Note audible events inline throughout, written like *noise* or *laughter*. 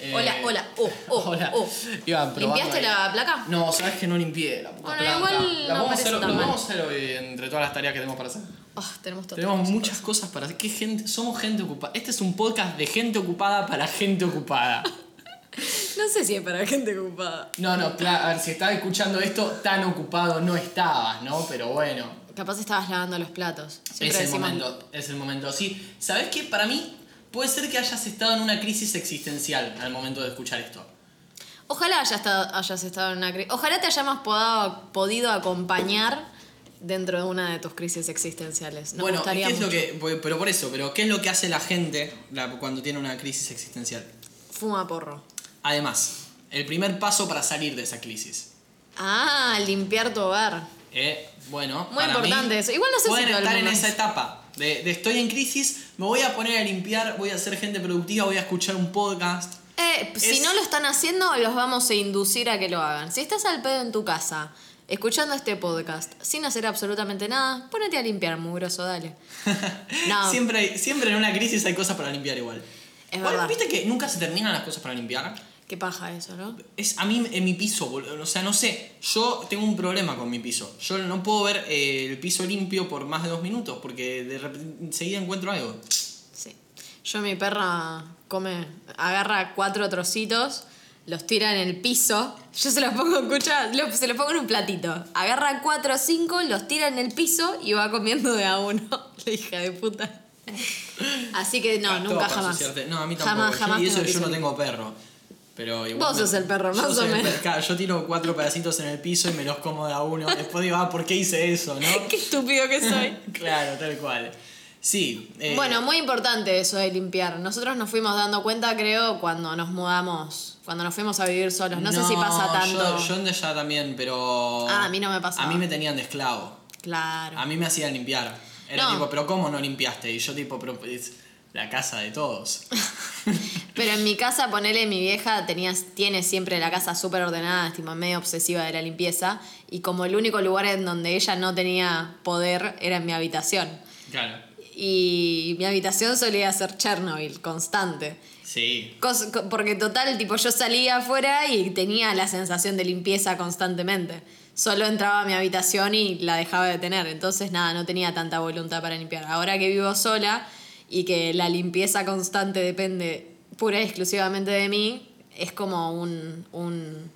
eh, Hola, hola, oh, oh, hola. oh. Iban probando ¿Limpiaste ahí. la placa? No, sabes que no limpié la puta Bueno, placa. igual La no vamos a parece hacer- tan lo mal. vamos a hacer hoy entre todas las tareas que tenemos para hacer. Ah, tenemos todo. Tenemos muchas cosas para hacer. ¿Qué gente? Somos gente ocupada. Este es un podcast de gente ocupada para gente *laughs* ocupada. No sé si es para gente ocupada. No, no, claro, a ver, si estás escuchando esto, tan ocupado no estabas, ¿no? Pero bueno, Capaz estabas lavando los platos. Siempre es el decimos- momento, es el momento. Sí, ¿sabes qué? Para mí puede ser que hayas estado en una crisis existencial al momento de escuchar esto. Ojalá haya estado- hayas estado en una crisis. Ojalá te hayamos podado- podido acompañar dentro de una de tus crisis existenciales. Nos bueno, ¿y gustaría ¿qué es lo mucho. que, bueno, pero por eso, pero ¿qué es lo que hace la gente la- cuando tiene una crisis existencial? Fuma porro. Además, el primer paso para salir de esa crisis. Ah, limpiar tu hogar. Eh, bueno, Muy para importante mí, eso. Igual no sé si pueden todo el estar en mundo esa es- etapa de, de estoy en crisis, me voy a poner a limpiar, voy a ser gente productiva, voy a escuchar un podcast. Eh, Si Es- no lo están haciendo, los vamos a inducir a que lo hagan. Si estás al pedo en tu casa, escuchando este podcast, sin hacer absolutamente nada, ponete a limpiar, mugroso, dale. *laughs* No. Siempre, hay- siempre en una crisis hay cosas para limpiar igual. Es Igual, verdad. ¿Viste que nunca se terminan las cosas para limpiar? Qué paja eso, ¿no? Es a mí en mi piso, boludo. O sea, no sé. Yo tengo un problema con mi piso. Yo no puedo ver eh, el piso limpio por más de dos minutos porque de repente enseguida encuentro algo. Sí. Yo, mi perra come, agarra cuatro trocitos, los tira en el piso. Yo se los pongo, escucha, lo- se los pongo en un platito. Agarra cuatro o cinco, los tira en el piso y va comiendo de a uno. *laughs* La hija de puta. Así que no, Ah, todo nunca para jamás. ensuciarte. No, a mí tampoco. Jamás, Yo- jamás. Y eso tengo que yo no piso. tengo perro. Pero igual Vos me- sos el perro, yo más o soy el menos. perro. Claro, yo tiro cuatro pedacitos en el piso y me los como de a uno. Después digo, ah, ¿por qué hice eso, *laughs* no? Qué estúpido que soy. claro, tal cual. Sí. *laughs* eh, Bueno, muy importante eso de limpiar. Nosotros nos fuimos dando cuenta, creo, cuando nos mudamos, cuando nos fuimos a vivir solos. No, sé si pasa tanto. Yo, yo en ya también, pero. Ah, a mí no me pasaba. A mí me tenían de esclavo. Claro. A mí me hacían limpiar. Era No. tipo, pero ¿cómo no limpiaste? Y yo tipo, pero es la casa de *laughs* todos. Pero en mi casa, ponele, mi vieja tenía, tiene siempre la casa súper ordenada, tipo, medio obsesiva de la limpieza. Y como el único lugar en donde ella no tenía poder era en mi habitación. Claro. Y mi habitación solía ser Chernobyl, constante. Sí. Cos- co- porque total, tipo, yo salía afuera y tenía la sensación de limpieza constantemente. Solo entraba a mi habitación y la dejaba de tener. Entonces, nada, no tenía tanta voluntad para limpiar. Ahora que vivo sola y que la limpieza constante depende pura y exclusivamente de mí, es como un, un,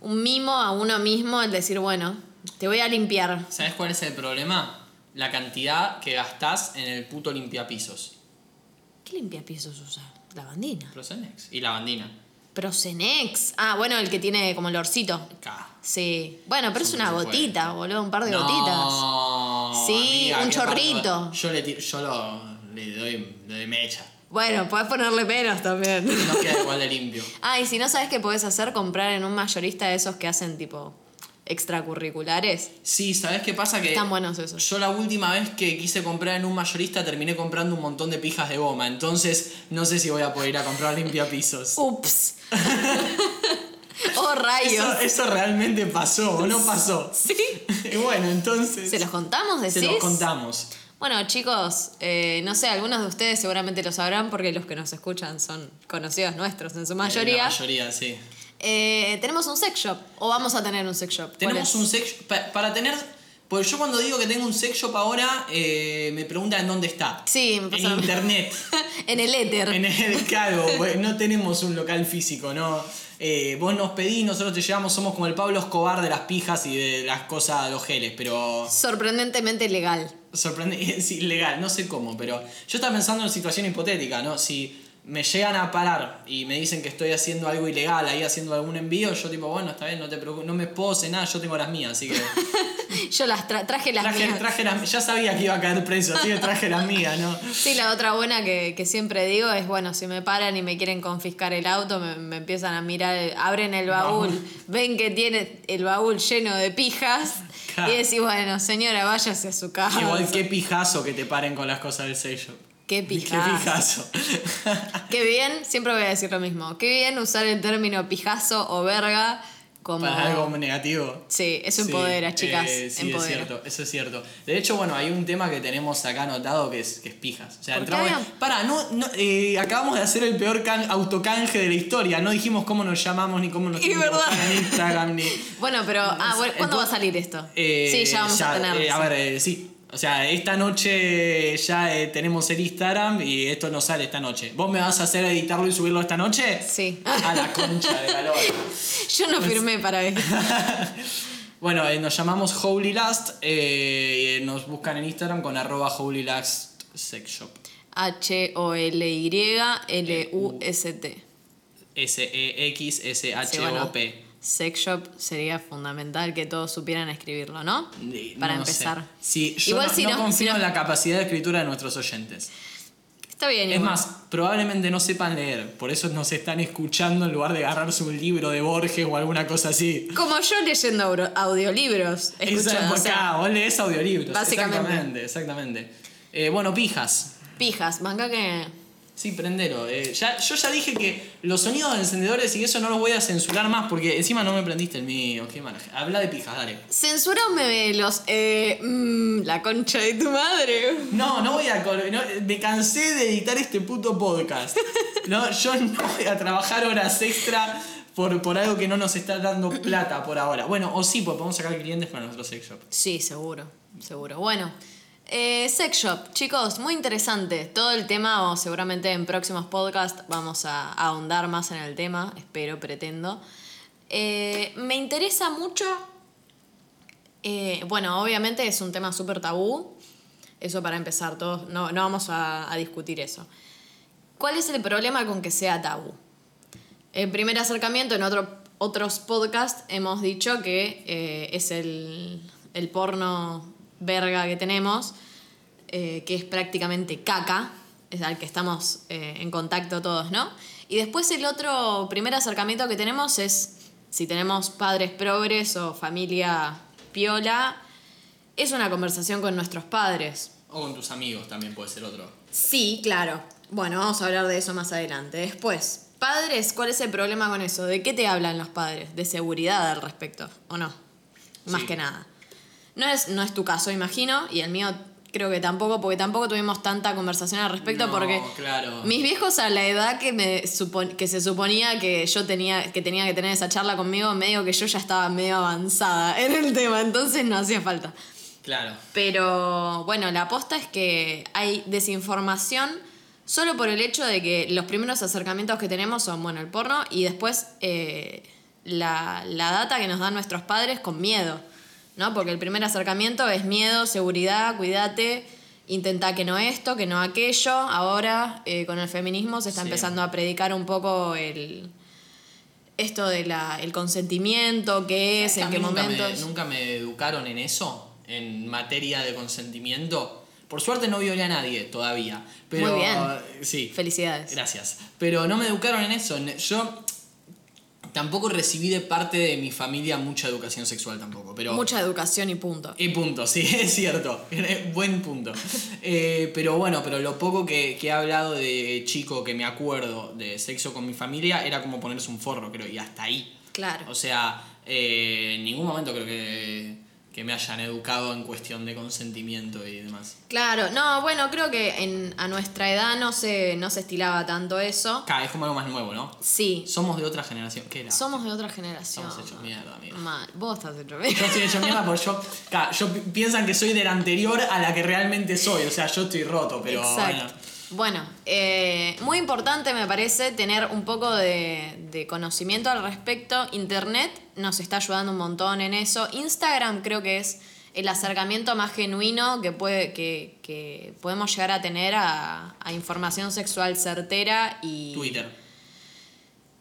un mimo a uno mismo el decir, bueno, te voy a limpiar. ¿Sabes cuál es el problema? La cantidad que gastás en el puto limpiapisos. ¿Qué limpiapisos usa? Lavandina. Prosenex. Y lavandina. Prosenex. Ah, bueno, el que tiene como olorcito. Acá. Sí. Bueno, pero es Súper una fuerte. gotita, boludo, un par de gotitas. No, Sí, un qué chorrito. bárbaro. Yo le tiro- yo lo, le doy, le doy mecha. Bueno, podés ponerle *laughs* menos también. No queda igual de limpio. ah, y si no sabes qué podés hacer, comprar en un mayorista de esos que hacen tipo extracurriculares. Sí, ¿sabes qué pasa? Que Están buenos esos. Yo la última vez que quise comprar en un mayorista terminé comprando un montón de pijas de goma, entonces no sé si voy a poder ir a comprar *laughs* limpiapisos. Ups. oh, rayos. Eso, eh, eso realmente pasó o no pasó. *laughs* Sí. Y bueno, entonces ¿Se los contamos, decís? se los contamos. Bueno, chicos, eh, no sé, algunos de ustedes seguramente lo sabrán porque los que nos escuchan son conocidos nuestros en su Eh, La mayoría. mayoría, sí. Eh, tenemos un sex shop, o vamos a tener un sex shop. ¿Cuál Tenemos es? un sex shop- pa- para tener porque yo cuando digo que tengo un sex shop ahora eh, me preguntan en dónde está. Sí, me en pasó- internet. *laughs* en el éter. En *laughs* el cargo, güey, no tenemos un local físico, ¿no? Eh, vos nos pedís, nosotros te llevamos, somos como el Pablo Escobar de las pijas y de las cosas, de los geles, pero Sorprendentemente legal. *laughs* sorprende, *laughs* es ilegal, no sé cómo, pero yo estaba pensando en situación hipotética, ¿no? Si me llegan a parar y me dicen que estoy haciendo algo ilegal, ahí haciendo algún envío, yo tipo, bueno, está bien, no te preocupes, no me puedo hacer nada, yo tengo las mías, así que Yo las tra- traje *laughs* las traje, mías. traje las ya sabía que iba a caer preso, así que traje las mías, *laughs* ¿no? Sí, la otra buena que, que siempre digo es, bueno, si me paran y me quieren confiscar el auto, me, me empiezan a mirar, el- abren el baúl, Baúl. ven que tiene el baúl lleno de pijas Claro. y decís, bueno, señora, váyase a su casa. Igual qué pijazo que te paren con las cosas del sello. Qué Qué pijazo. pijazo. *laughs* Qué bien, siempre voy a decir lo mismo, qué bien usar el término pijazo o verga como... Para algo negativo. Sí, eso Sí, empodera, chicas. eh, sí, es empodera. cierto, eso es cierto. De hecho, bueno, hay un tema que tenemos acá anotado que es, que es pijas. O sea, ¿Por qué entramos. habían- Para, no, no, eh, acabamos de hacer el peor can- autocanje de la historia. No dijimos cómo nos llamamos, ni cómo nos Y tienen que verdad. buscar en Instagram, *laughs* ni. Bueno, pero... Ah, bueno, ¿cuándo va a Entonces, salir esto? Eh, sí, ya vamos a tenerlo. eh, a sí. ver, eh, sí. O sea, esta noche ya eh, tenemos el Instagram y esto no sale esta noche. ¿Vos me vas a hacer editarlo y subirlo esta noche? Sí. A la concha de la lora. *laughs* Yo no Pues *laughs* firmé para ver. Bueno, eh, nos llamamos Holy Last. eh, y, eh, nos buscan en Instagram con arroba Holy Last Sex Shop. H-O-L-Y-L-U-S-T. E Sí, bueno, S-E-X-S-H-O-P. sex shop sería fundamental que todos supieran escribirlo, ¿no? Eh, Para no sé. empezar. Sí, yo Igual no, si no no- confío si no- en la capacidad de escritura de nuestros oyentes. Está bien, Es igual. más, probablemente no sepan leer, por eso nos están escuchando en lugar de agarrarse un libro de Borges o alguna cosa así. Como yo leyendo auro- audiolibros. Esa Escuchando, o es sea, acá, vos lees audiolibros. Básicamente. Exactamente, exactamente. Eh, bueno, pijas. pijas, manga que. Sí, prendelo. Eh, ya, yo ya dije que los sonidos de encendedores y eso no los voy a censurar más porque encima no me prendiste el mío. Qué mala. Habla de pijas, dale. Censurame los. Eh, mm, la concha de tu madre. No, no voy a. col- no, me cansé de editar este puto podcast. No, yo no voy a trabajar horas extra por, por algo que no nos está dando plata por ahora. Bueno, o sí, porque podemos sacar clientes para nuestro sex shop. Sí, seguro, seguro. Bueno. eh, sex Shop, chicos, muy interesante. Todo el tema, o seguramente en próximos podcasts vamos a ahondar más en el tema, espero, pretendo. Eh, me interesa mucho, eh, bueno, obviamente es un tema súper tabú, eso para empezar, todos, no, no vamos a- a discutir eso. ¿Cuál es el problema con que sea tabú? El primer acercamiento, en otro- otros podcasts hemos dicho que eh, es el, el porno verga que tenemos, eh, que es prácticamente caca, es al que estamos eh, en contacto todos, ¿no? Y después el otro primer acercamiento que tenemos es, si tenemos padres progres o familia piola, es una conversación con nuestros padres. O con tus amigos también puede ser otro. Sí, claro. Bueno, vamos a hablar de eso más adelante. Después, padres, ¿cuál es el problema con eso? ¿De qué te hablan los padres? ¿De seguridad al respecto? ¿O no? Más Sí. que nada. No es, no es tu caso, imagino, y el mío creo que tampoco, porque tampoco tuvimos tanta conversación al respecto, No, porque claro. mis viejos a la edad que, me supon- que se suponía que yo tenía que, tenía que tener esa charla conmigo, medio que yo ya estaba medio avanzada *laughs* en el tema, entonces no hacía falta. Claro. Pero bueno, la aposta es que hay desinformación solo por el hecho de que los primeros acercamientos que tenemos son, bueno, el porno y después eh, la, la data que nos dan nuestros padres con miedo, ¿no? Porque el primer acercamiento es miedo, seguridad, cuídate, intenta que no esto, que no aquello. Ahora eh, con el feminismo se está Sí. empezando a predicar un poco el... Esto del consentimiento, qué es, en A qué mí nunca me- momentos. nunca me educaron en eso, en materia de consentimiento. Por suerte no violé a nadie todavía. Pero, Muy bien. Sí. Felicidades. Gracias. Pero no me educaron en eso. Ne- Yo tampoco recibí de parte de mi familia mucha educación sexual tampoco. Pero Mucha educación y punto. y punto, *laughs* sí, es cierto. Buen punto. Eh, pero bueno, pero lo poco que, que he hablado de chico que me acuerdo de sexo con mi familia era como ponerse un forro, creo, y hasta ahí. Claro. O sea, eh, en ningún momento creo que, que me hayan educado en cuestión de consentimiento y demás. Claro, no, bueno, creo que en, a nuestra edad no se, no se estilaba tanto eso. Cada es como algo más nuevo, ¿no? Sí, Somos de otra generación. ¿Qué era? somos de otra generación. Estamos hechos mierda, amigo. Mal, vos estás hecho Yo mierda. estoy hecho mierda porque yo, ca, yo pi- piensan que soy del anterior a la que realmente soy. O sea, yo estoy roto, pero Exacto. bueno. Bueno, eh, muy importante me parece tener un poco de, de conocimiento al respecto. Internet nos está ayudando un montón en eso. Instagram creo que es el acercamiento más genuino que, puede, que, que podemos llegar a tener a, a información sexual certera y... Twitter.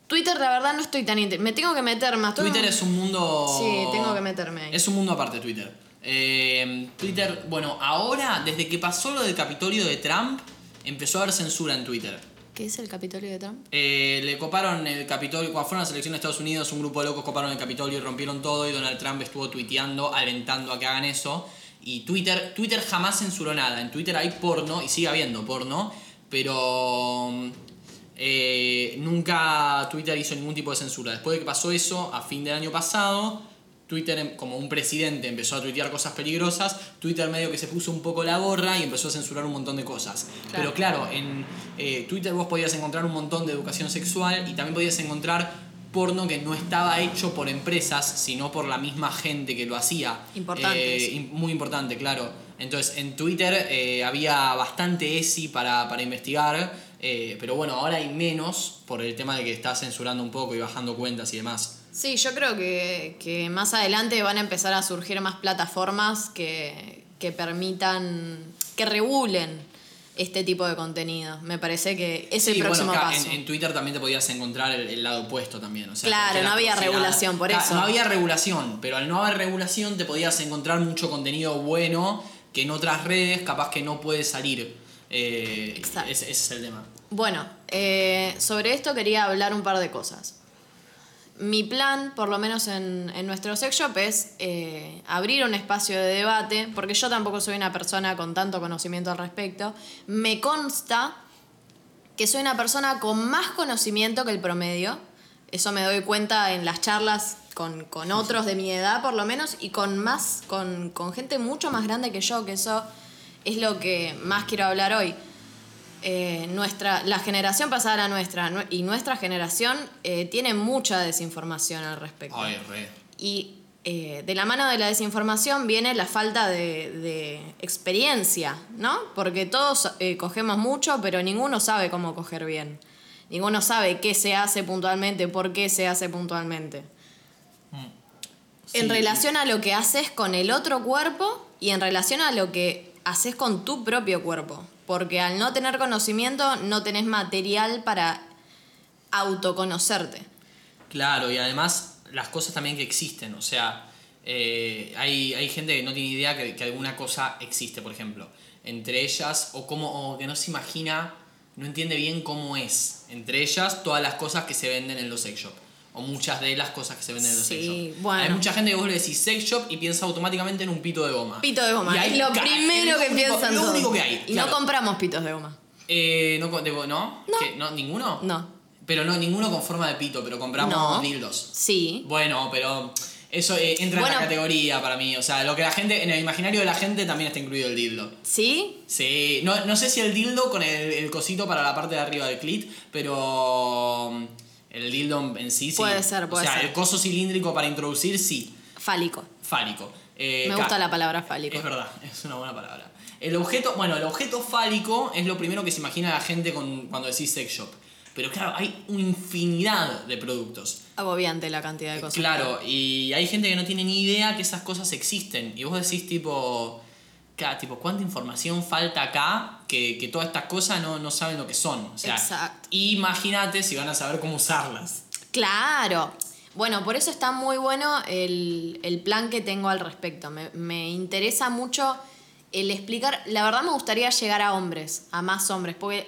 Twitter, la verdad, no estoy tan. inter- Me tengo que meter más. Twitter es un mundo. Sí, tengo que meterme ahí. Es un mundo aparte, Twitter. Eh, Twitter, bueno, ahora, desde que pasó lo del Capitolio de Trump, empezó a haber censura en Twitter. ¿Qué es el Capitolio de Trump? Eh, le coparon el Capitolio, cuando fueron las elecciones de Estados Unidos, un grupo de locos coparon el Capitolio y rompieron todo y Donald Trump estuvo tuiteando, alentando a que hagan eso. Y Twitter, Twitter jamás censuró nada. En Twitter hay porno y sigue habiendo porno, pero mm, eh, nunca Twitter hizo ningún tipo de censura. Después de que pasó eso, a fin del año pasado, Twitter, em- como un presidente, empezó a tuitear cosas peligrosas. Twitter medio que se puso un poco la gorra y empezó a censurar un montón de cosas. Pero claro, en eh, Twitter vos podías encontrar un montón de educación sexual y también podías encontrar porno que no estaba hecho por empresas, sino por la misma gente que lo hacía. Importante, Eh, sí. im- muy importante, claro. Entonces, en Twitter eh, había bastante ESI para, para investigar, eh, pero bueno, ahora hay menos por el tema de que está censurando un poco y bajando cuentas y demás. Sí, yo creo que, que más adelante van a empezar a surgir más plataformas que, que permitan, que regulen este tipo de contenido. Me parece que es el Sí, próximo acá paso. En, en Twitter también te podías encontrar el, el lado opuesto también. o sea, Claro, porque no la- había si la- regulación, por Claro, eso. No había regulación, pero al no haber regulación te podías encontrar mucho contenido bueno que en otras redes capaz que no puede salir. Eh, Exacto. Ese, ese es el tema. Bueno, eh, sobre esto quería hablar un par de cosas. Mi plan, por lo menos en, en nuestro sex shop, es eh, abrir un espacio de debate, porque yo tampoco soy una persona con tanto conocimiento al respecto. Me consta que soy una persona con más conocimiento que el promedio. Eso me doy cuenta en las charlas con, con otros de mi edad, por lo menos, y con más, con, con gente mucho más grande que yo, que eso es lo que más quiero hablar hoy. Eh, nuestra, la generación pasada a la nuestra nu- y nuestra generación eh, tiene mucha desinformación al respecto. Ay, re. Y eh, de la mano de la desinformación viene la falta de, de experiencia, ¿no? Porque todos eh, cogemos mucho, pero ninguno sabe cómo coger bien. Ninguno sabe qué se hace puntualmente, por qué se hace puntualmente. En Sí. relación a lo que haces con el otro cuerpo y en relación a lo que haces con tu propio cuerpo. Porque al no tener conocimiento, no tenés material para autoconocerte. Claro, y además las cosas también que existen, o sea, eh, hay, hay gente que no tiene idea que, que alguna cosa existe, por ejemplo, entre ellas, o, como, o que no se imagina, no entiende bien cómo es, entre ellas todas las cosas que se venden en los sex shop, o muchas de las cosas que se venden en los Sí, sex shop. bueno. Hay mucha gente que vos le decís sex shop y piensa automáticamente en un pito de goma. Pito de goma, Y hay es lo ca- es primero lo que único- piensan Lo todos. único que hay. Y claro. no compramos pitos de goma. Eh, no, con- de- ¿no? No. ¿Qué? ¿No? ¿Ninguno? No. Pero no, ninguno con forma de pito, pero compramos No. dildos. Sí. Bueno, pero eso eh, entra en Bueno. la categoría para mí. O sea, lo que la gente, en el imaginario de la gente también está incluido el dildo. ¿Sí? Sí, no, no sé si el dildo con el, el cosito para la parte de arriba del clit, pero mm, el dildo en sí sí. Puede ser, puede O sea, ser. el coso cilíndrico para introducir sí, Fálico. fálico. Eh, Me ca- eh, gusta la palabra fálico. Es verdad, *laughs* es una buena palabra. El objeto, bueno, el objeto fálico es lo primero que se imagina la gente con, cuando decís sex shop. Pero claro, hay una infinidad de productos. Agobiante la cantidad de cosas. Eh, Claro, y hay gente que no tiene ni idea que esas cosas existen. Y vos decís tipo, ca- tipo ¿cuánta información falta acá que, que todas estas cosas no, no saben lo que son? O sea, Exacto. imagínate si van a saber cómo usarlas. Claro. Bueno, por eso está muy bueno el, el plan que tengo al respecto. Me, me interesa mucho el explicar. La verdad me gustaría llegar a hombres, a más hombres, porque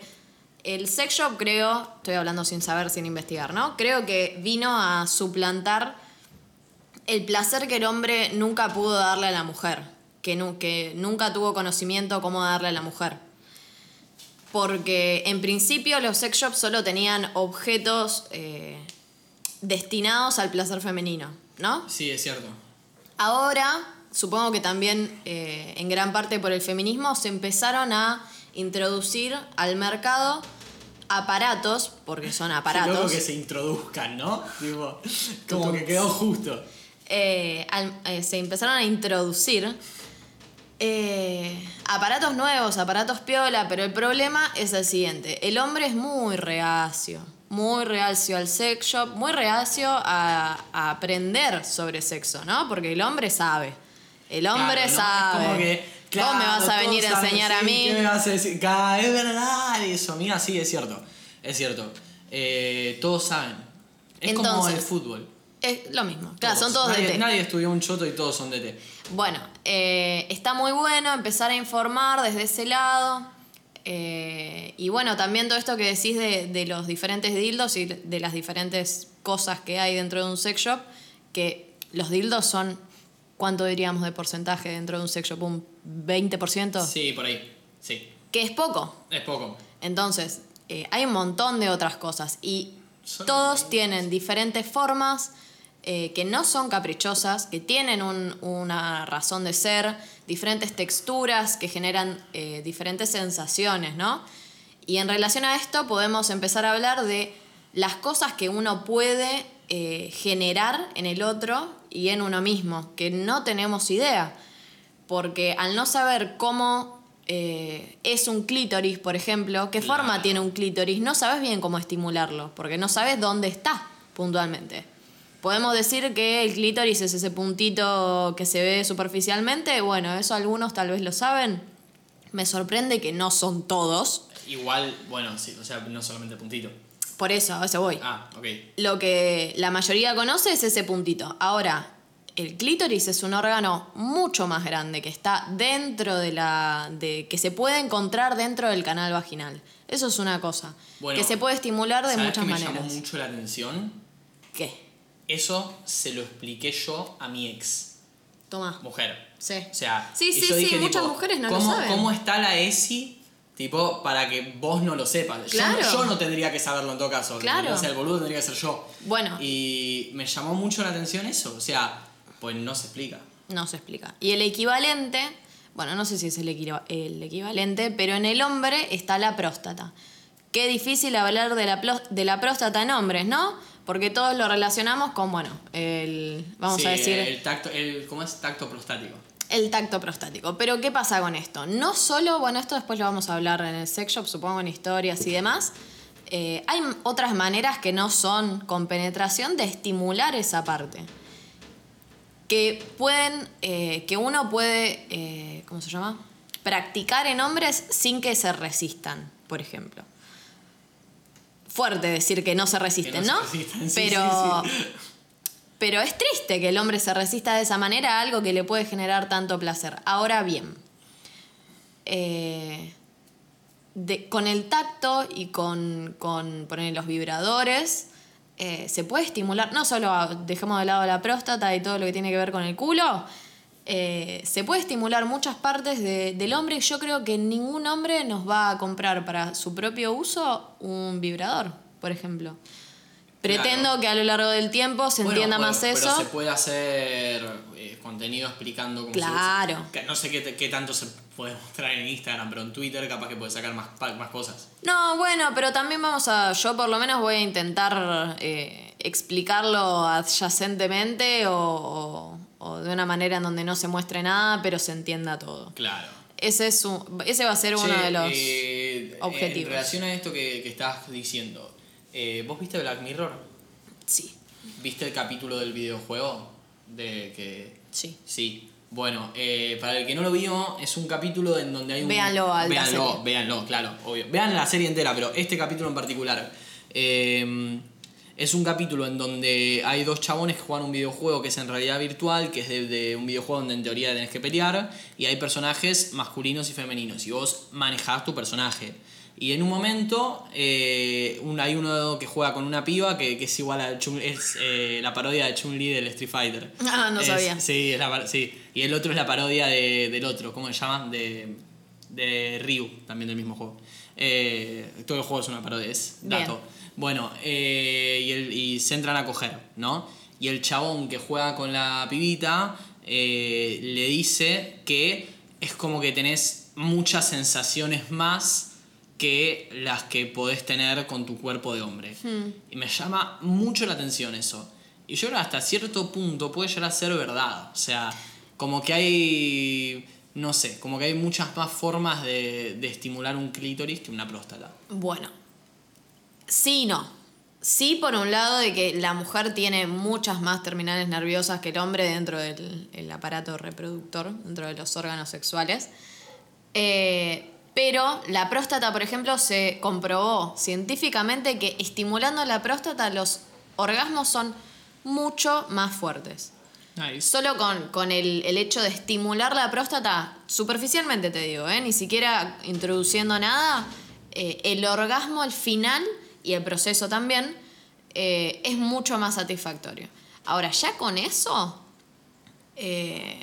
el sex shop creo, estoy hablando sin saber, sin investigar, ¿no? Creo que vino a suplantar el placer que el hombre nunca pudo darle a la mujer, que, nu- que nunca tuvo conocimiento cómo darle a la mujer. Porque en principio los sex shops solo tenían objetos eh, destinados al placer femenino, ¿no? Sí, es cierto. Ahora, supongo que también eh, en gran parte por el feminismo, se empezaron a introducir al mercado aparatos, porque son Qué loco aparatos. que se introduzcan, ¿no? *laughs* Tipo, como que quedó justo. eh, al- eh, se empezaron a introducir eh, aparatos nuevos, aparatos piola, pero el problema es el siguiente. El hombre es muy reacio, muy reacio al sex shop, muy reacio a, a aprender sobre sexo, ¿no? Porque el hombre sabe. El hombre Claro, ¿no? sabe. Es como que, Vos me claro, vas a todos venir a saben, enseñar a sí, mí. ¿qué me vas a decir? Claro, es verdad eso, mira, sí, es cierto. Es cierto. Eh, todos saben. Es como Entonces, el fútbol. Es lo mismo. Claro, son todos Todos. nadie, DT. nadie estudió un choto y todos son DT. Bueno, eh, está muy bueno empezar a informar desde ese lado. Eh, y bueno, también todo esto que decís de, de los diferentes dildos y de las diferentes cosas que hay dentro de un sex shop, que los dildos son, ¿cuánto diríamos de porcentaje dentro de un sex shop? ¿Un 20%? Sí, por ahí. Sí. Que es poco. Es poco. Entonces, eh, hay un montón de otras cosas y Son todos lindos. tienen diferentes formas eh, que no son caprichosas, que tienen un- una razón de ser, diferentes texturas que generan eh, diferentes sensaciones, ¿no? Y en relación a esto podemos empezar a hablar de las cosas que uno puede eh, generar en el otro y en uno mismo, que no tenemos idea. Porque al no saber cómo eh, es un clítoris, por ejemplo, qué forma Claro. tiene un clítoris, no sabes bien cómo estimularlo, porque no sabes dónde está puntualmente. Podemos decir que el clítoris es ese puntito que se ve superficialmente, bueno, eso algunos tal vez lo saben. Me sorprende que no son todos, Igual, bueno, sí, o sea, no solamente puntito. por eso a eso voy. Ah, ok. Lo que la mayoría conoce es ese puntito. Ahora, el clítoris es un órgano mucho más grande que está dentro de la. De, que se puede encontrar dentro del canal vaginal. Eso es una cosa. Bueno, que se puede estimular de ¿Sabes muchas qué maneras. me llamó mucho la atención? ¿Qué? Eso se lo expliqué yo a mi ex, Toma. mujer. Sí. O sea, Sí, y sí, yo sí, dije, tipo, muchas mujeres no lo ¿cómo, saben. ¿Cómo está la ESI? Tipo, para que vos no lo sepas. Yo no- Claro. Yo, no tendría que saberlo en todo caso. Claro. O sea, el boludo tendría que ser yo. Bueno. Y me llamó mucho la atención eso. O sea, pues no se explica. No se explica. Y el equivalente, bueno, no sé si es el, equiva- el equivalente, pero en el hombre está la próstata. Qué difícil hablar de la, plos- de la próstata en hombres, ¿no? Porque todos lo relacionamos con, bueno, el, vamos Sí, a decir, el... El tacto, el, ¿Cómo es? Tacto prostático. tacto prostático. Pero ¿qué pasa con esto? No solo, bueno, esto después lo vamos a hablar en el sex shop, supongo, en historias y demás. Eh, hay m- otras maneras que no son con penetración de estimular esa parte que pueden, eh, que uno puede, eh, ¿cómo se llama? Practicar en hombres sin que se resistan, por ejemplo. Fuerte decir que no se resisten, Que no ¿no? se resistan, sí, pero, sí, sí. pero es triste que el hombre se resista de esa manera a algo que le puede generar tanto placer. Ahora bien, eh, de- con el tacto y con, con poner los vibradores, eh, se puede estimular, no solo a- dejemos de lado la próstata y todo lo que tiene que ver con el culo, eh, se puede estimular muchas partes de- del hombre y yo creo que ningún hombre nos va a comprar para su propio uso un vibrador, por ejemplo. Pretendo que a lo largo del tiempo se Bueno, entienda pero- más pero eso. se puede hacer eh, contenido explicando cómo se usa. Claro. Que No sé qué, te- qué tanto se puede mostrar en Instagram, pero en Twitter capaz que puede sacar más, pa- más cosas. No, bueno, pero también vamos a. Yo por lo menos voy a intentar eh, explicarlo adyacentemente o, o- o de una manera en donde no se muestre nada, pero se entienda todo. Claro. Ese, es un- ese va a ser uno Che, de los. eh, En objetivos. relación a esto que, que estabas diciendo, eh, ¿vos viste Black Mirror? Sí, ¿Viste el capítulo del videojuego? De que. sí. Sí. Bueno, eh, para el que no lo vio, es un capítulo en donde hay un. Véanlo al- la Véanlo, serie. véanlo, claro, obvio. Vean la serie entera, pero este capítulo en particular. eh, es un capítulo en donde hay dos chabones que juegan un videojuego que es en realidad virtual, que es de, de un videojuego donde en teoría tenés que pelear, y hay personajes masculinos y femeninos, y vos manejás tu personaje. Y en un momento eh, un- hay uno que juega con una piba que, que es igual a Chun- es eh, la parodia de Chun-Li del Street Fighter. Ah, no Es- sabía. Sí, es la par- sí. Y el otro es la parodia de- del otro, ¿cómo se llama? De, de Ryu, también del mismo juego. Eh, todo el juego es una parodia, es Bien. dato. Bueno, eh, y, el- y se entran a coger, ¿no? Y el chabón que juega con la pibita eh, le dice que es como que tenés muchas sensaciones más que las que podés tener con tu cuerpo de hombre. Y me llama mucho la atención eso. Y yo creo que hasta cierto punto puede llegar a ser verdad. O sea, como que hay, no sé, como que hay muchas más formas de, de estimular un clítoris que una próstata. Bueno, sí y no. Sí, por un lado, de que la mujer tiene muchas más terminales nerviosas que el hombre dentro del el aparato reproductor, dentro de los órganos sexuales. Eh, pero la próstata, por ejemplo, se comprobó científicamente que estimulando la próstata los orgasmos son mucho más fuertes. Nice. Solo con, con el, el hecho de estimular la próstata, superficialmente te digo, ¿eh? ni siquiera introduciendo nada, eh, el orgasmo al final y el proceso también eh, es mucho más satisfactorio. Ahora, ya con eso eh,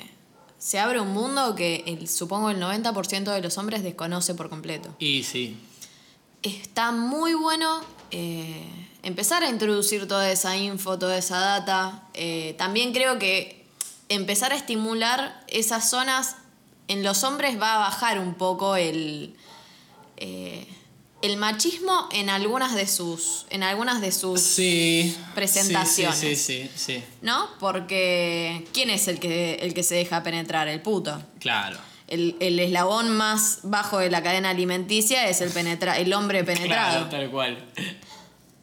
se abre un mundo que el- supongo el 90% de los hombres desconoce por completo. Y sí, está muy bueno eh, empezar a introducir toda esa info, toda esa data. Eh, también creo que empezar a estimular esas zonas en los hombres va a bajar un poco el, eh, el machismo en algunas de sus, en algunas de sus Sí. Presentaciones. Sí, sí, sí, sí, ¿No? Porque ¿quién es el que, el que se deja penetrar? El puto. sí. Claro. El, el eslabón más bajo de la cadena alimenticia es el, penetra el hombre Claro, penetrado. tal cual.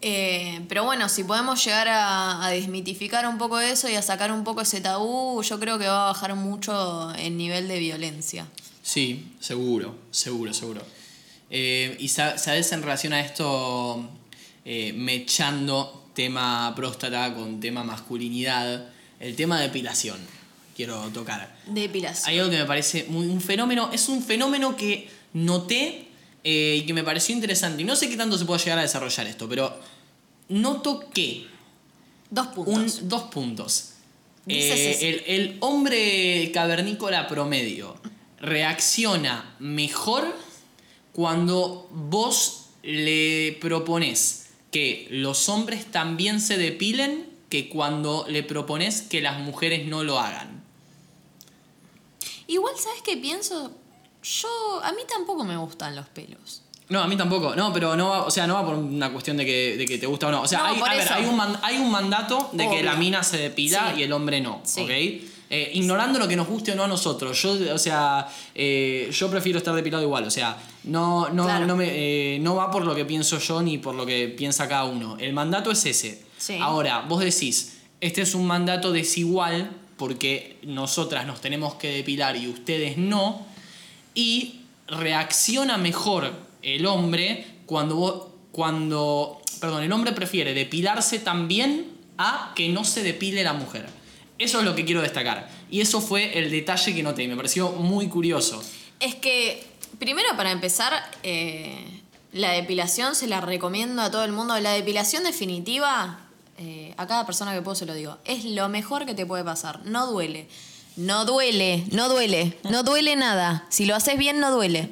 Eh, pero bueno, si podemos llegar a, a desmitificar un poco eso y a sacar un poco ese tabú, yo creo que va a bajar mucho el nivel de violencia. Sí, seguro, seguro, seguro. Eh, y sa- sabes en relación a esto, eh, mechando tema próstata con tema masculinidad, el tema depilación, quiero tocar. Depilación. Hay algo que me parece muy, un fenómeno, es un fenómeno que noté eh, y que me pareció interesante. Y no sé qué tanto se puede llegar a desarrollar esto, pero noto que Dos un, puntos. dos puntos. Dices Eh, eso. el, el hombre cavernícola promedio reacciona mejor cuando vos le propones que los hombres también se depilen que cuando le propones que las mujeres no lo hagan. Igual, ¿sabes qué pienso? Yo, a mí tampoco me gustan los pelos. No, a mí tampoco. No, pero no va, o sea, no va por una cuestión de que, de que te gusta o no. O sea, No, hay, por a ver, eso. hay un, man- hay un mandato de que Obvio. la mina se depila Sí. y el hombre no, Sí. ¿ok? Eh, ignorando lo que nos guste o no a nosotros. Yo, o sea, eh, yo prefiero estar depilado igual. O sea, no, no, Claro. no, me, eh, no va por lo que pienso yo ni por lo que piensa cada uno. El mandato es ese. Sí. Ahora, vos decís, este es un mandato desigual porque nosotras nos tenemos que depilar y ustedes no y reacciona mejor el hombre cuando vos- cuando perdón, el hombre prefiere depilarse también a que no se depile la mujer. Eso es lo que quiero destacar. Y eso fue el detalle que noté y me pareció muy curioso. Es que, primero para empezar, eh, la depilación se la recomiendo a todo el mundo. La depilación definitiva, eh, a cada persona que puedo se lo digo, es lo mejor que te puede pasar. No duele. No duele, no duele, no duele nada. Si lo haces bien, no duele.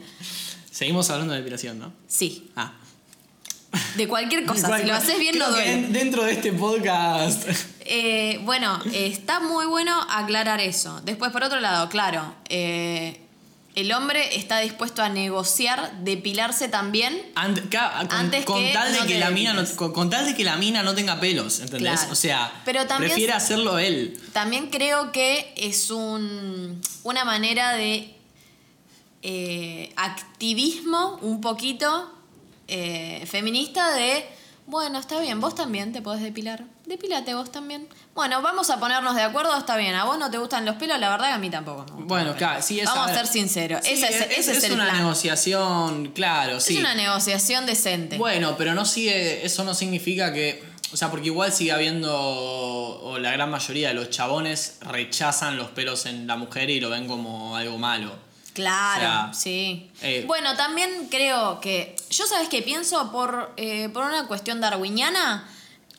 Seguimos hablando de depilación, ¿no? Sí, Ah. de cualquier cosa. si lo haces bien, Creo no que duele. en- Dentro de este podcast. Eh, bueno, eh, está muy bueno aclarar eso. Después, por otro lado, claro, eh, el hombre está dispuesto a negociar, depilarse también. Ant- ca- con, Antes con que tal de no que te la mina no, depiles. con, con tal de que la mina no tenga pelos, ¿entendés? Claro. O sea, Pero también- prefiere hacerlo él. También creo que es un, una manera de eh, activismo un poquito eh, feminista de, bueno, está bien, vos también te podés depilar. Depilate vos también. Bueno, vamos a ponernos de acuerdo, está bien. A vos no te gustan los pelos, la verdad que a mí tampoco. me gustan Bueno, los claro, pelos. sí, es Vamos a ver, ser sinceros. sí, ese es, es, ese es es el una plan. negociación, claro, sí. Es una negociación decente. Bueno, pero no sigue, eso no significa que, o sea, porque igual sigue habiendo, o la gran mayoría de los chabones rechazan los pelos en la mujer y lo ven como algo malo. Claro, O sea, sí. eh, bueno, también creo que. Yo, ¿sabes qué pienso? Por, eh, por una cuestión darwiniana,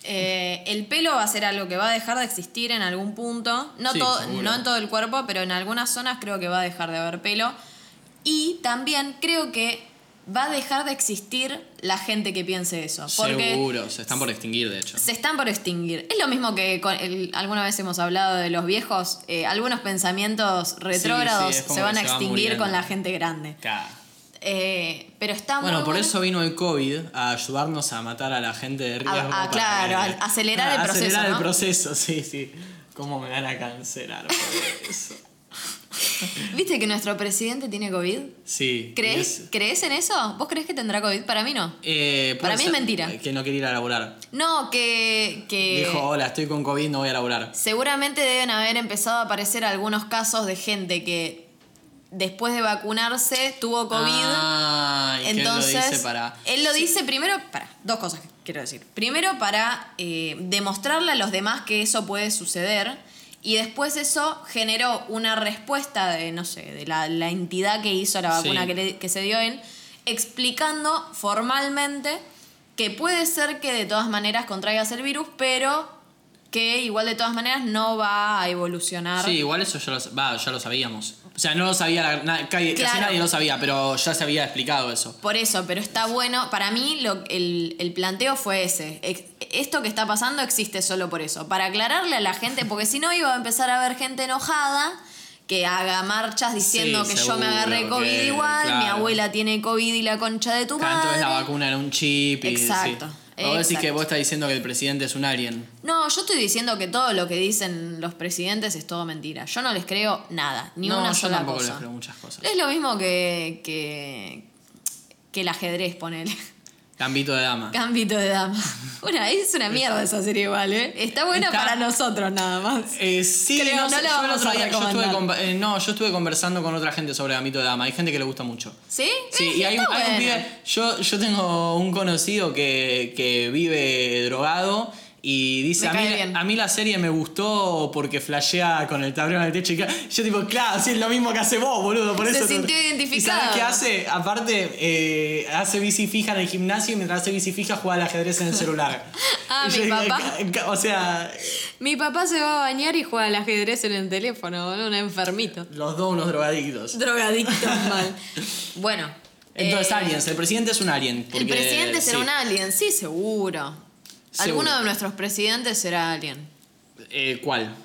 eh, el pelo va a ser algo que va a dejar de existir en algún punto. No, Sí, todo, seguro. no en todo el cuerpo, pero en algunas zonas creo que va a dejar de haber pelo. Y también creo que va a dejar de existir la gente que piense eso. Porque Seguro, se están por extinguir de hecho. se están por extinguir. Es lo mismo que con el- alguna vez hemos hablado de los viejos. eh, algunos pensamientos retrógrados sí, es como se van que a se van extinguir muriendo. con la gente grande. Claro. Eh, pero está muy Bueno, por bueno. eso vino el COVID, a ayudarnos a matar a la gente de riesgo. ah, para claro, que- a- acelerar el proceso, Acelerar ¿no? el proceso, sí, sí. ¿Cómo me van a cancelar por eso? ¿Viste que nuestro presidente tiene COVID? Sí. y ¿Crees, es- ¿Crees en eso? ¿Vos crees que tendrá COVID? Para mí no. Eh, Para puede mí es ser mentira. Eh. Que no quería ir a laburar. No, que. que Dijo, hola, estoy con COVID, no voy a laburar. Seguramente deben haber empezado a aparecer algunos casos de gente que después de vacunarse tuvo COVID. Ah, Ay, que él Entonces, lo dice para... él lo dice primero para dos cosas que quiero decir. Primero para eh, demostrarle a los demás que eso puede suceder y después eso generó una respuesta de, no sé, de la, la entidad que hizo la vacuna Sí. que, le- que se dio él, explicando formalmente que puede ser que de todas maneras contraigas el virus, pero que igual de todas maneras no va a evolucionar. Sí, igual eso ya lo, va, ya lo sabíamos. O sea, no lo sabía, la- na- ca- casi Claro. nadie lo sabía, pero ya se había explicado eso. Por eso, pero está bueno. Para mí, lo- el, el planteo fue ese. Ex- Esto que está pasando existe solo por eso. Para aclararle a la gente, porque si no iba a empezar a haber gente enojada que haga marchas diciendo Sí, que yo seguro, me agarré COVID que- igual, mi claro. abuela tiene COVID y la concha de tu Cada entonces madre. la vacuna era un chip y Exacto, sí. Vos decís que exacto. vos estás diciendo que el presidente es un alien. No, yo estoy diciendo que todo lo que dicen los presidentes es todo mentira. Yo no les creo nada, ni no, una yo sola tampoco cosa. les creo muchas cosas. Es lo mismo que, que, que el ajedrez, ponele. Gambito de dama. Gambito de *laughs* dama. Bueno, es una mierda esa serie igual, ¿eh? Está buena Está- para nosotros nada más. Eh, sí, Creo, no, no sé, la yo el vamos otro a día- yo estuve recomendar. con- eh, no, yo estuve conversando con otra gente sobre Gambito de Dama. Hay gente que le gusta mucho. ¿Sí? Sí, Eh, y hay, un- está hay un buena. pibe. Yo, yo tengo un conocido que, que vive drogado y dice: Me a mí, cae bien". a mí la serie me gustó porque flashea con el tablero en el techo. Y ca- yo, tipo, claro, sí, es lo mismo que hace vos, boludo. Por Se eso te- sintió ¿Y identificado. sabés qué hace? Aparte, eh, hace bici fija en el gimnasio y mientras hace bici fija juega al ajedrez en el celular. *laughs* Ah, Y mi digo, papá. "Ca- ca- O sea, Mi papá se va a bañar y juega al ajedrez en el teléfono, boludo, *laughs* un enfermito. los dos unos drogadictos. *laughs* Drogadicto mal. Bueno. Entonces, eh, aliens, el presidente es un alien. El porque- presidente será sí. un alien, sí, seguro. Alguno Seguro. de nuestros presidentes será alien. Eh, ¿Cuál?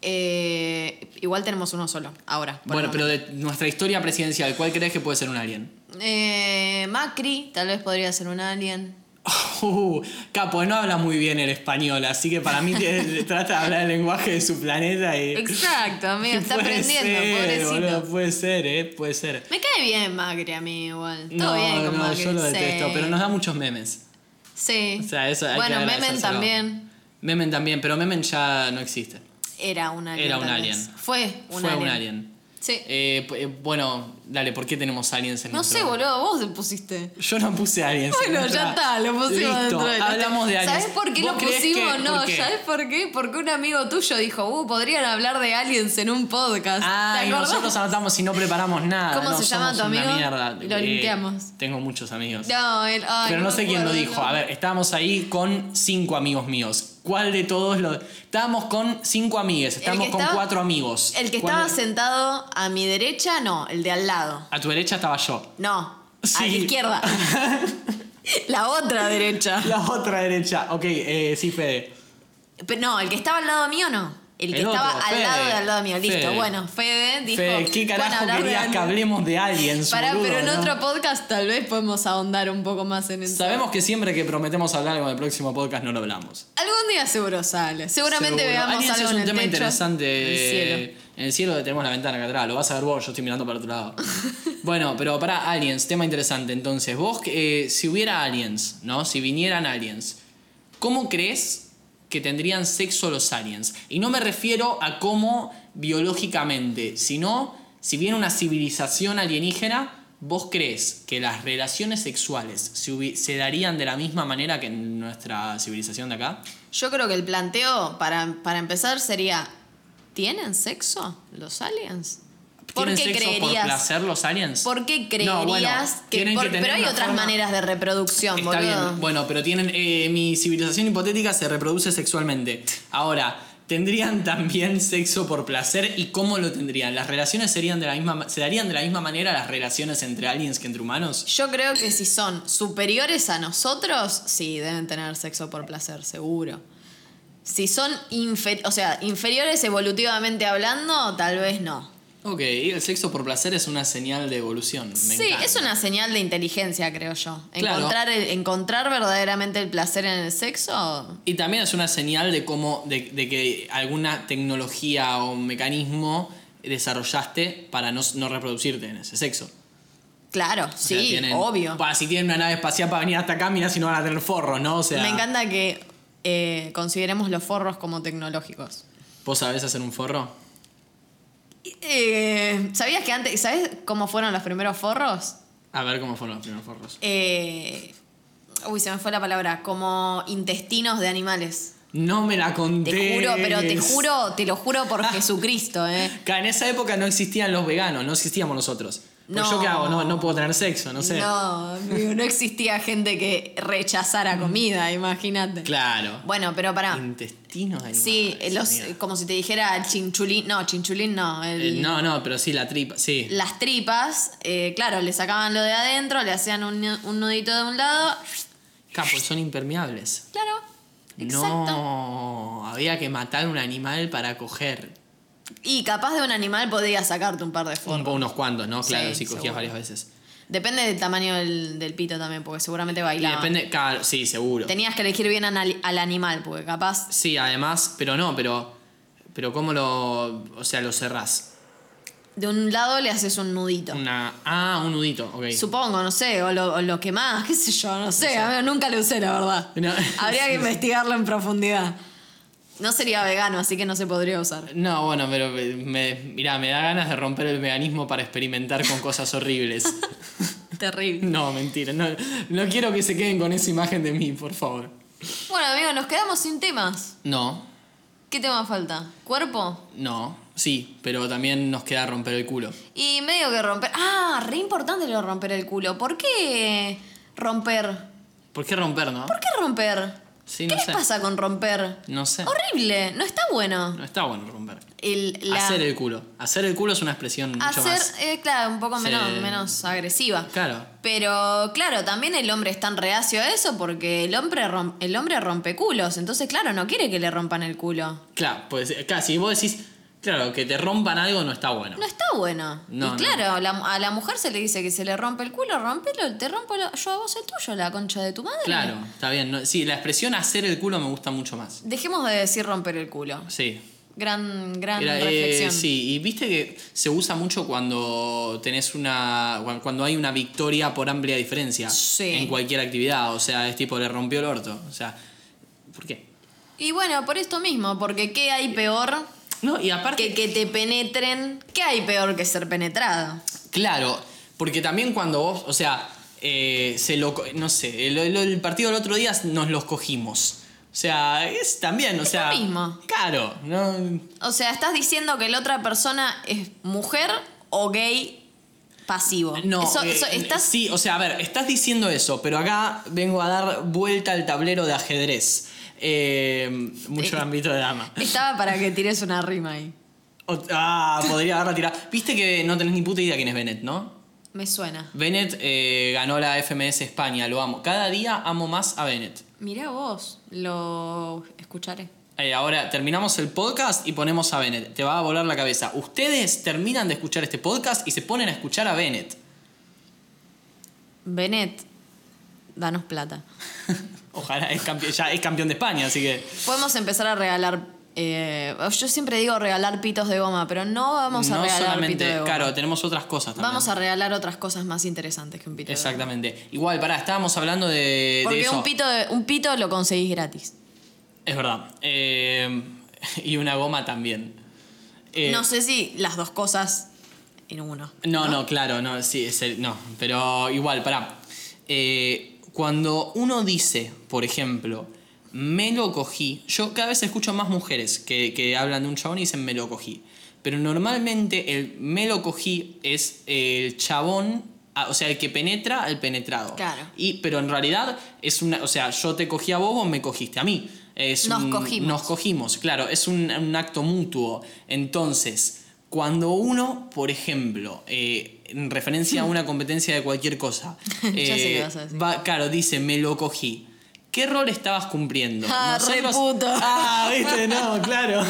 Eh, igual tenemos uno solo, ahora. por Bueno, el pero de nuestra historia presidencial, ¿cuál crees que puede ser un alien? *laughs* momento. Eh, Macri, tal vez podría ser *laughs* un alien. Uh, capo, no habla muy bien el español, así que *laughs* para mí eh, trata de hablar el lenguaje de su planeta y. *laughs* Exacto, amigo, está Puede aprendiendo, ser, pobrecito. boludo, puede ser, eh, puede ser. Me cae bien Macri a mí igual. Todo bien con no, Macri. yo lo sí. detesto, pero nos da muchos memes. Sí. O sea, eso hay que bueno, Memen agradecérselo. también Memen también, pero Memen ya no existe. era un alien. Era un tal alien. vez. Fue un Fue alien. un alien. Sí. Eh, p- eh, bueno, dale, ¿por qué tenemos aliens en no nuestro- sé, boludo, vos te pusiste. Yo no puse aliens. en Bueno, nuestra- ya está, lo pusimos Listo, dentro de la- Hablamos de aliens. ¿Sabes por qué ¿Vos lo creés que- pusimos? no, por qué? ¿sabes por qué? Porque un amigo tuyo dijo, uh, podrían hablar de aliens en un podcast. Ah, ¿Te y acordás? nosotros anotamos y no preparamos nada. ¿Cómo no, se llama somos tu una amigo? mierda. Eh, Lo linkeamos. Tengo muchos amigos. No, él, ay, Pero no sé me quién lo acuerdo, dijo. no. A ver, estábamos ahí con cinco amigos míos. ¿Cuál de todos los.? Estábamos con cinco amigues, estábamos con estaba- cuatro amigos. El que ¿Cuál estaba de- sentado a mi derecha, no, el de al lado. A tu derecha estaba yo. No, a la Sí. izquierda. *laughs* *laughs* la otra derecha. La otra derecha. Ok, eh, sí, Fede. Pero no, el que estaba al lado mío no. El que El otro, estaba al Fede. lado de al lado mío. Listo, Fede. bueno, Fede dijo. Fede, ¿qué "Pueden carajo hablar de querías que aliens". hablemos de aliens? Pará, boludo, pero en no? otro podcast tal vez podemos ahondar un poco más en eso. Sabemos que siempre que prometemos hablar algo en el próximo podcast no lo hablamos. Algún día seguro sale. Seguramente Seguro. veamos Aliens algo es en un el tema techo, interesante. en el cielo. En el cielo tenemos la ventana acá atrás, lo vas a ver vos, yo estoy mirando para otro *laughs* lado. bueno, pero para aliens, tema interesante. Entonces, vos, eh, si hubiera aliens, ¿no? Si vinieran aliens, ¿cómo crees que tendrían sexo los aliens? Y no me refiero a cómo biológicamente, sino si viene una civilización alienígena. ¿Vos crees que las relaciones sexuales se, hubi- se darían de la misma manera que en nuestra civilización de acá? Yo creo que el planteo para, para empezar sería: ¿tienen sexo los aliens? ¿Por ¿Tienen qué sexo por creerías? placer los aliens? ¿Por qué creerías No, bueno, que, tienen por- que tener Pero hay una otras forma- maneras de reproducción, Está boludo. bien, bueno, pero tienen. eh, mi civilización hipotética se reproduce sexualmente. Ahora, ¿tendrían también sexo por placer? ¿Y cómo lo tendrían? ¿Las relaciones serían de la misma ma- se darían de la misma manera las relaciones entre aliens que entre humanos? Yo creo que si son superiores a nosotros, sí, deben tener sexo por placer, seguro. Si son infer- o sea, inferiores evolutivamente hablando, tal vez no. Ok, y el sexo por placer es una señal de evolución. Me sí, encanta. es una señal de inteligencia, creo yo. Claro. Encontrar, el- encontrar verdaderamente el placer en el sexo. Y también es una señal de cómo, de, de que alguna tecnología o mecanismo desarrollaste para no, no reproducirte en ese sexo. Claro, O sea, sí, tienen- obvio. Bah, si tienen una nave espacial para venir hasta acá, mirá si no van a tener forros, ¿no? O sea, Me encanta que eh, consideremos los forros como tecnológicos. ¿Vos sabés hacer un forro? Eh, ¿Sabías que antes, ¿sabes cómo fueron los primeros forros? A ver cómo fueron los primeros forros. Eh, uy, se me fue la palabra. Como intestinos de animales. No me la Te conté. juro, pero te *laughs* juro, te lo juro por Jesucristo, ¿eh? En esa época no existían los veganos, no existíamos nosotros. Pues yo qué hago, no, no puedo tener sexo, no sé. No, digo, no existía gente que rechazara comida, imagínate. Mm. Claro. Bueno, pero pará. Intestinos animales. Sí, eh, los, amiga. como si te dijera chinchulín. No, chinchulín no. el- Eh, no, no, pero sí, la tripa, sí. Las tripas, eh, claro, le sacaban lo de adentro, le hacían un, nu- un nudito de un lado. Capo, son impermeables. Claro, exacto. No, había que matar un animal para coger. Y capaz de un animal podía sacarte un par de Un- formas. unos cuantos, ¿no? Claro, Sí, si cogías seguro. varias veces. Depende del tamaño del, del pito también, porque seguramente Y bailaba. depende, claro, sí, seguro. Tenías que elegir bien anal- al animal, porque capaz Sí, además, pero no, pero. Pero cómo lo. O sea, lo cerrás. de un lado le haces un nudito. Una. Ah, un nudito, ok. Supongo, no sé, o lo, o lo quemás, qué sé yo, no sé. a ver, nunca lo usé, la verdad. No. *laughs* Habría que investigarlo en profundidad. No sería vegano, así que no se podría usar. No, bueno, pero me, me- mirá, me da ganas de romper el veganismo para experimentar con cosas *laughs* horribles. Terrible. No, mentira. No, no quiero que se queden con esa imagen de mí, por favor. Bueno, amigos, nos quedamos sin temas. No, ¿Qué tema falta? ¿Cuerpo? no, sí, pero también nos queda romper el culo. Y medio que romper. Ah, re importante lo de romper el culo. ¿Por qué romper? ¿Por qué romper, no? ¿Por qué romper? Sí, ¿Qué no les sé. pasa con romper? No sé. Horrible, no está bueno. No está bueno romper. El, la- Hacer el culo. Hacer el culo es una expresión mucho hacer, más. eh, claro, un poco se- menos, menos agresiva. Claro. Pero claro, también el hombre es tan reacio a eso porque el hombre, rom- el hombre rompe culos. Entonces, claro, no quiere que le rompan el culo. Claro, pues casi vos decís, claro, que te rompan algo no está bueno. No está bueno. No, y no. claro, la- a la mujer se le dice que se le rompe el culo, rompelo, te rompo lo- yo a vos el tuyo, la concha de tu madre. Claro, está bien. no- sí, la expresión hacer el culo me gusta mucho más. Dejemos de decir romper el culo. Sí. Gran, gran Era, eh, Ah, reflexión. sí, y viste que se usa mucho cuando tenés una. cuan- cuando hay una victoria por amplia diferencia Sí. en cualquier actividad. O sea, es tipo, le rompió el orto. O sea, ¿por qué? Y bueno, por esto mismo, porque ¿qué hay peor No, y aparte. que que te penetren? ¿Qué hay peor que ser penetrado? Claro, porque también cuando vos, o sea, eh, se lo, co- no sé, el, el- el partido del otro día nos los cogimos. O sea, es también, o sea... mismo. Claro, ¿no? O sea, estás diciendo que la otra persona es mujer o gay pasivo. No, Eso- eh, eso- estás sí, o sea, a ver, estás diciendo eso, pero acá vengo a dar vuelta al tablero de ajedrez. Eh, mucho Eh. ámbito de dama. estaba para que tires una rima ahí. O- *laughs* ah, podría haberla tirado. Viste que no tenés ni puta idea quién es Bennett, ¿no? Me suena. Bennett eh, ganó la FMS España, lo amo. Cada día amo más a Bennett. Mirá vos, lo escucharé. Eh, ahora terminamos el podcast y ponemos a Bennett. Te va a volar la cabeza. Ustedes terminan de escuchar este podcast y se ponen a escuchar a Bennett. Benet, danos plata. Ojalá, es campe- ya es campeón de España, así que. Podemos empezar a regalar. eh, yo siempre digo regalar pitos de goma, pero no vamos a no regalar pito de solamente. goma. Claro, tenemos otras cosas también. vamos a regalar otras cosas más interesantes que un pito de Exactamente. Igual, pará, estábamos hablando de. de goma. Porque eso. un pito, de- un pito lo conseguís gratis. Es verdad. Eh, y una goma también. Eh, no sé si las dos cosas en uno. No, no, claro, no, sí, es el- no, pero igual, pará. Eh, cuando uno dice, por ejemplo, me lo cogí, yo cada vez escucho más mujeres que, que hablan de un chabón y dicen me lo cogí. Pero normalmente el me lo cogí es el chabón, ah, o sea, el que penetra al penetrado. Claro. Y, pero en realidad es una, o sea, yo te cogí a vos, vos me cogiste a mí. Es Nos un- cogimos. Nos cogimos, claro, es un, un acto mutuo. Entonces, cuando uno, por ejemplo, eh, en referencia a una competencia de cualquier cosa, *laughs* eh, Ya sé qué vas a decir. va- claro, dice, me lo cogí. ¿Qué rol estabas cumpliendo? Ah, re *laughs* puto. Ah, viste, no, claro. *laughs*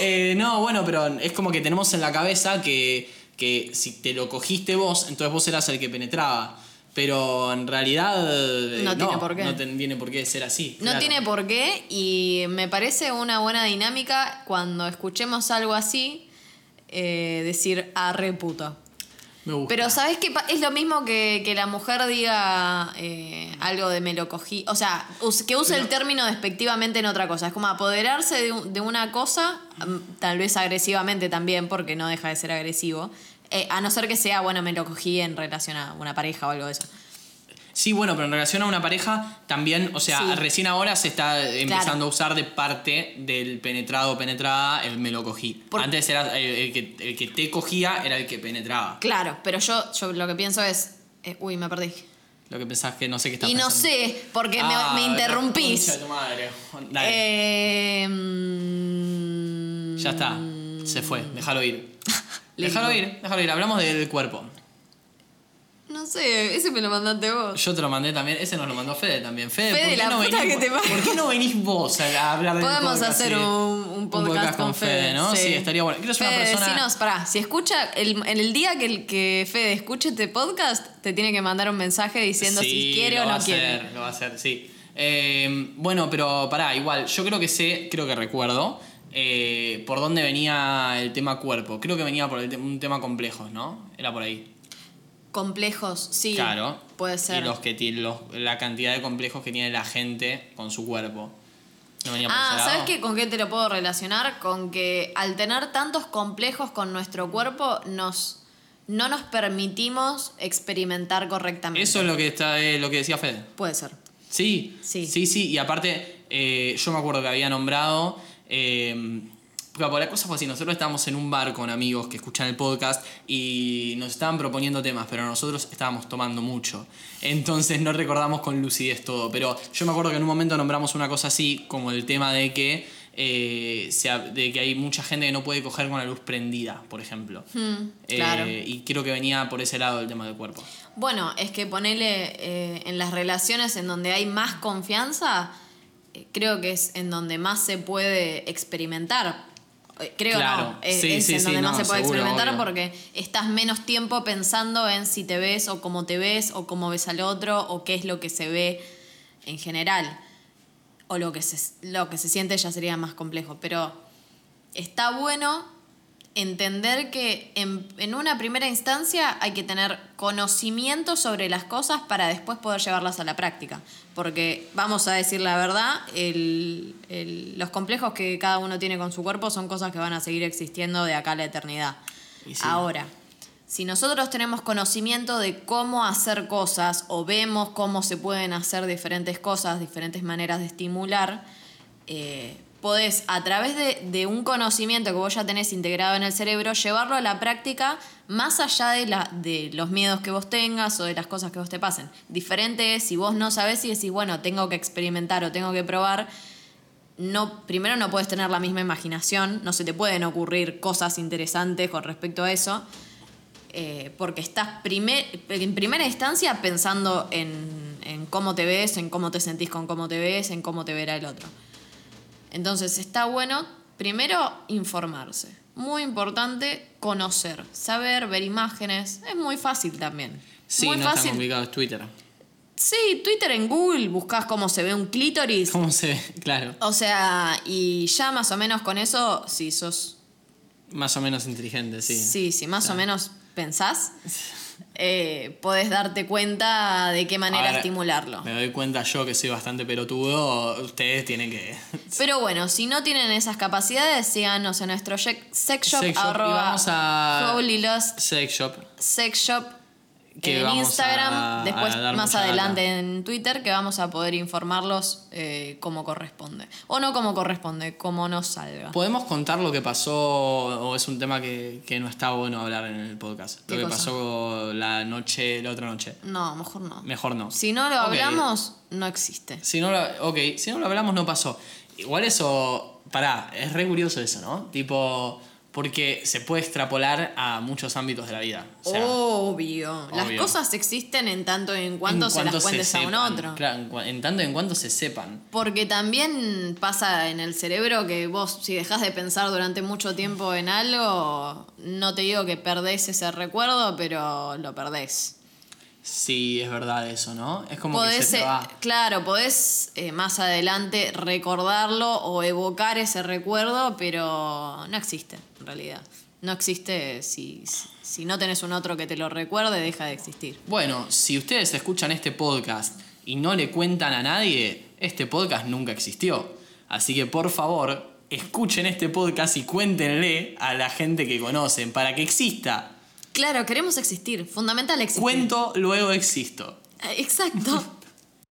Eh, no, bueno, pero es como que tenemos en la cabeza que, que si te lo cogiste vos, entonces vos eras el que penetraba. Pero en realidad. eh, No tiene por qué. No ten- tiene por qué ser así. No claro. tiene por qué y me parece una buena dinámica cuando escuchemos algo así, eh, decir arre puto. Me gusta. Pero ¿sabes qué? pa- Es lo mismo que, que la mujer diga eh, algo de me lo cogí. O sea, us- que use el término despectivamente en otra cosa. Es como apoderarse de, un- de una cosa, mm, tal vez agresivamente también, porque no deja de ser agresivo. Eh, a no ser que sea, bueno, me lo cogí en relación a una pareja o algo de eso. Sí, bueno, pero en relación a una pareja, también, o sea, Sí. recién ahora se está empezando a usar de parte del penetrado o penetrada el me lo cogí. Por- Antes era eh, el, el que, el que te cogía era el que penetraba. Claro, pero yo, yo lo que pienso es. eh, uy, me perdí. Lo que pensás que no sé qué está Ah, Y no sé, porque me- me, interrumpís. Dale, Eh, mm, ya está. Se fue, déjalo *laughs* ir. Lindo. déjalo ir, déjalo ir. Hablamos del cuerpo. No sé, ese me lo mandaste vos. Yo te lo mandé también, ese nos lo mandó Fede también. Fede, Fede, ¿por, qué la no puta venís, que te vos- parió. ¿por qué no venís vos a hablar de Podemos hacer un, un podcast con Fede, ¿no? Sí. estaría bueno. Creo que es una Fede, persona. decinos, pará, si escucha, el, en el día que, el, que Fede escuche este podcast, te tiene que mandar un mensaje diciendo Sí, si quiere lo o va a no hacer, quiere. Lo va a hacer, sí. Eh, bueno, pero pará, igual, yo creo que sé, creo que recuerdo eh, por dónde venía el tema cuerpo. Creo que venía por el te- un tema complejos, ¿no? Era por ahí. Complejos, sí. claro. Puede ser. Y los que ti- los- la cantidad de complejos que tiene la gente con su cuerpo. ¿No venía por Ah, ese ¿sabes lado? qué? con qué te lo puedo relacionar? Con que al tener tantos complejos con nuestro cuerpo, nos, no nos permitimos experimentar correctamente. Eso es lo que está eh, lo que decía Fede. Puede ser. Sí, Sí. sí, sí. Y aparte, eh, yo me acuerdo que había nombrado. eh, claro, porque la cosa fue así: nosotros estábamos en un bar con amigos que escuchan el podcast y nos estaban proponiendo temas, pero nosotros estábamos tomando mucho. Entonces no recordamos con lucidez todo. Pero yo me acuerdo que en un momento nombramos una cosa así, como el tema de que. eh, se ha- de que hay mucha gente que no puede coger con la luz prendida, por ejemplo. Eh, Hmm, claro. Y creo que venía por ese lado el tema del cuerpo. Bueno, es que ponele eh, en las relaciones en donde hay más confianza, eh, creo que es en donde más se puede experimentar. Eh, Creo Claro, no, es, sí, es sí, en sí, donde más no, se puede seguro, experimentar obvio. porque estás menos tiempo pensando en si te ves o cómo te ves o cómo ves al otro o qué es lo que se ve en general. O lo que se, lo que se siente ya sería más complejo, pero está bueno entender que en, en una primera instancia hay que tener conocimiento sobre las cosas para después poder llevarlas a la práctica. Porque vamos a decir la verdad, el- el- los complejos que cada uno tiene con su cuerpo son cosas que van a seguir existiendo de acá a la eternidad. Y sí. Ahora, si nosotros tenemos conocimiento de cómo hacer cosas o vemos cómo se pueden hacer diferentes cosas, diferentes maneras de estimular, eh, podés a través de, de un conocimiento que vos ya tenés integrado en el cerebro, llevarlo a la práctica más allá de, la, de los miedos que vos tengas o de las cosas que vos te pasen. Diferente es si vos no sabés y decís, bueno, tengo que experimentar o tengo que probar, no, primero no puedes tener la misma imaginación, no se te pueden ocurrir cosas interesantes con respecto a eso, eh, porque estás primer- en primera instancia pensando en, en cómo te ves, en cómo te sentís con cómo te ves, en cómo te verá el otro. Entonces está bueno, primero, informarse. Muy importante, conocer, saber, ver imágenes. Es muy fácil también. Sí, muy no es tan fácil. complicado, es Twitter. Sí, Twitter en Google, buscas cómo se ve un clítoris. ¿Cómo se ve? *laughs* Claro. O sea, y ya más o menos con eso, si sos. Más o menos inteligente, sí. Sí, sí, más o menos pensás, eh, podés darte cuenta de qué manera Ahora, estimularlo. Me doy cuenta yo que soy bastante pelotudo, ustedes tienen que... Pero bueno, si no tienen esas capacidades, síganos en nuestro sex sex shop, Sex shop, y arroba vamos a- Holy Lost Sex Shop. Sex Shop Que en vamos Instagram, a- después a dar más mucha adelante en Twitter, que vamos a poder informarlos eh, como corresponde. O no como corresponde, como nos salga. ¿Podemos contar lo que pasó o es un tema que, que no está bueno hablar en el podcast? Lo ¿Qué que cosa? pasó la noche, la otra noche. No, mejor no. Mejor no. Si no lo Ok. hablamos, no existe. Si no lo, ok, si no lo hablamos no pasó. Igual eso, pará, es re curioso eso, ¿no? Tipo, porque se puede extrapolar a muchos ámbitos de la vida. O Oh, sea, obvio. Las obvio. cosas existen en tanto y en cuanto en se cuanto las cuentes a un sepan. otro. Claro, en, cua- en tanto y en cuanto se sepan. Porque también pasa en el cerebro que vos, si dejas de pensar durante mucho tiempo en algo, no te digo que perdés ese recuerdo, pero lo perdés. Sí, es verdad eso, ¿no? Es como que Podés, se te eh, va. claro, podés eh, más adelante recordarlo o evocar ese recuerdo, pero no existe en realidad. No existe si, si- si no tenés un otro que te lo recuerde, deja de existir. Bueno, si ustedes escuchan este podcast y no le cuentan a nadie, este podcast nunca existió. Así que por favor, escuchen este podcast y cuéntenle a la gente que conocen para que exista. Claro, queremos existir, fundamental existir. Cuento, luego existo. Exacto.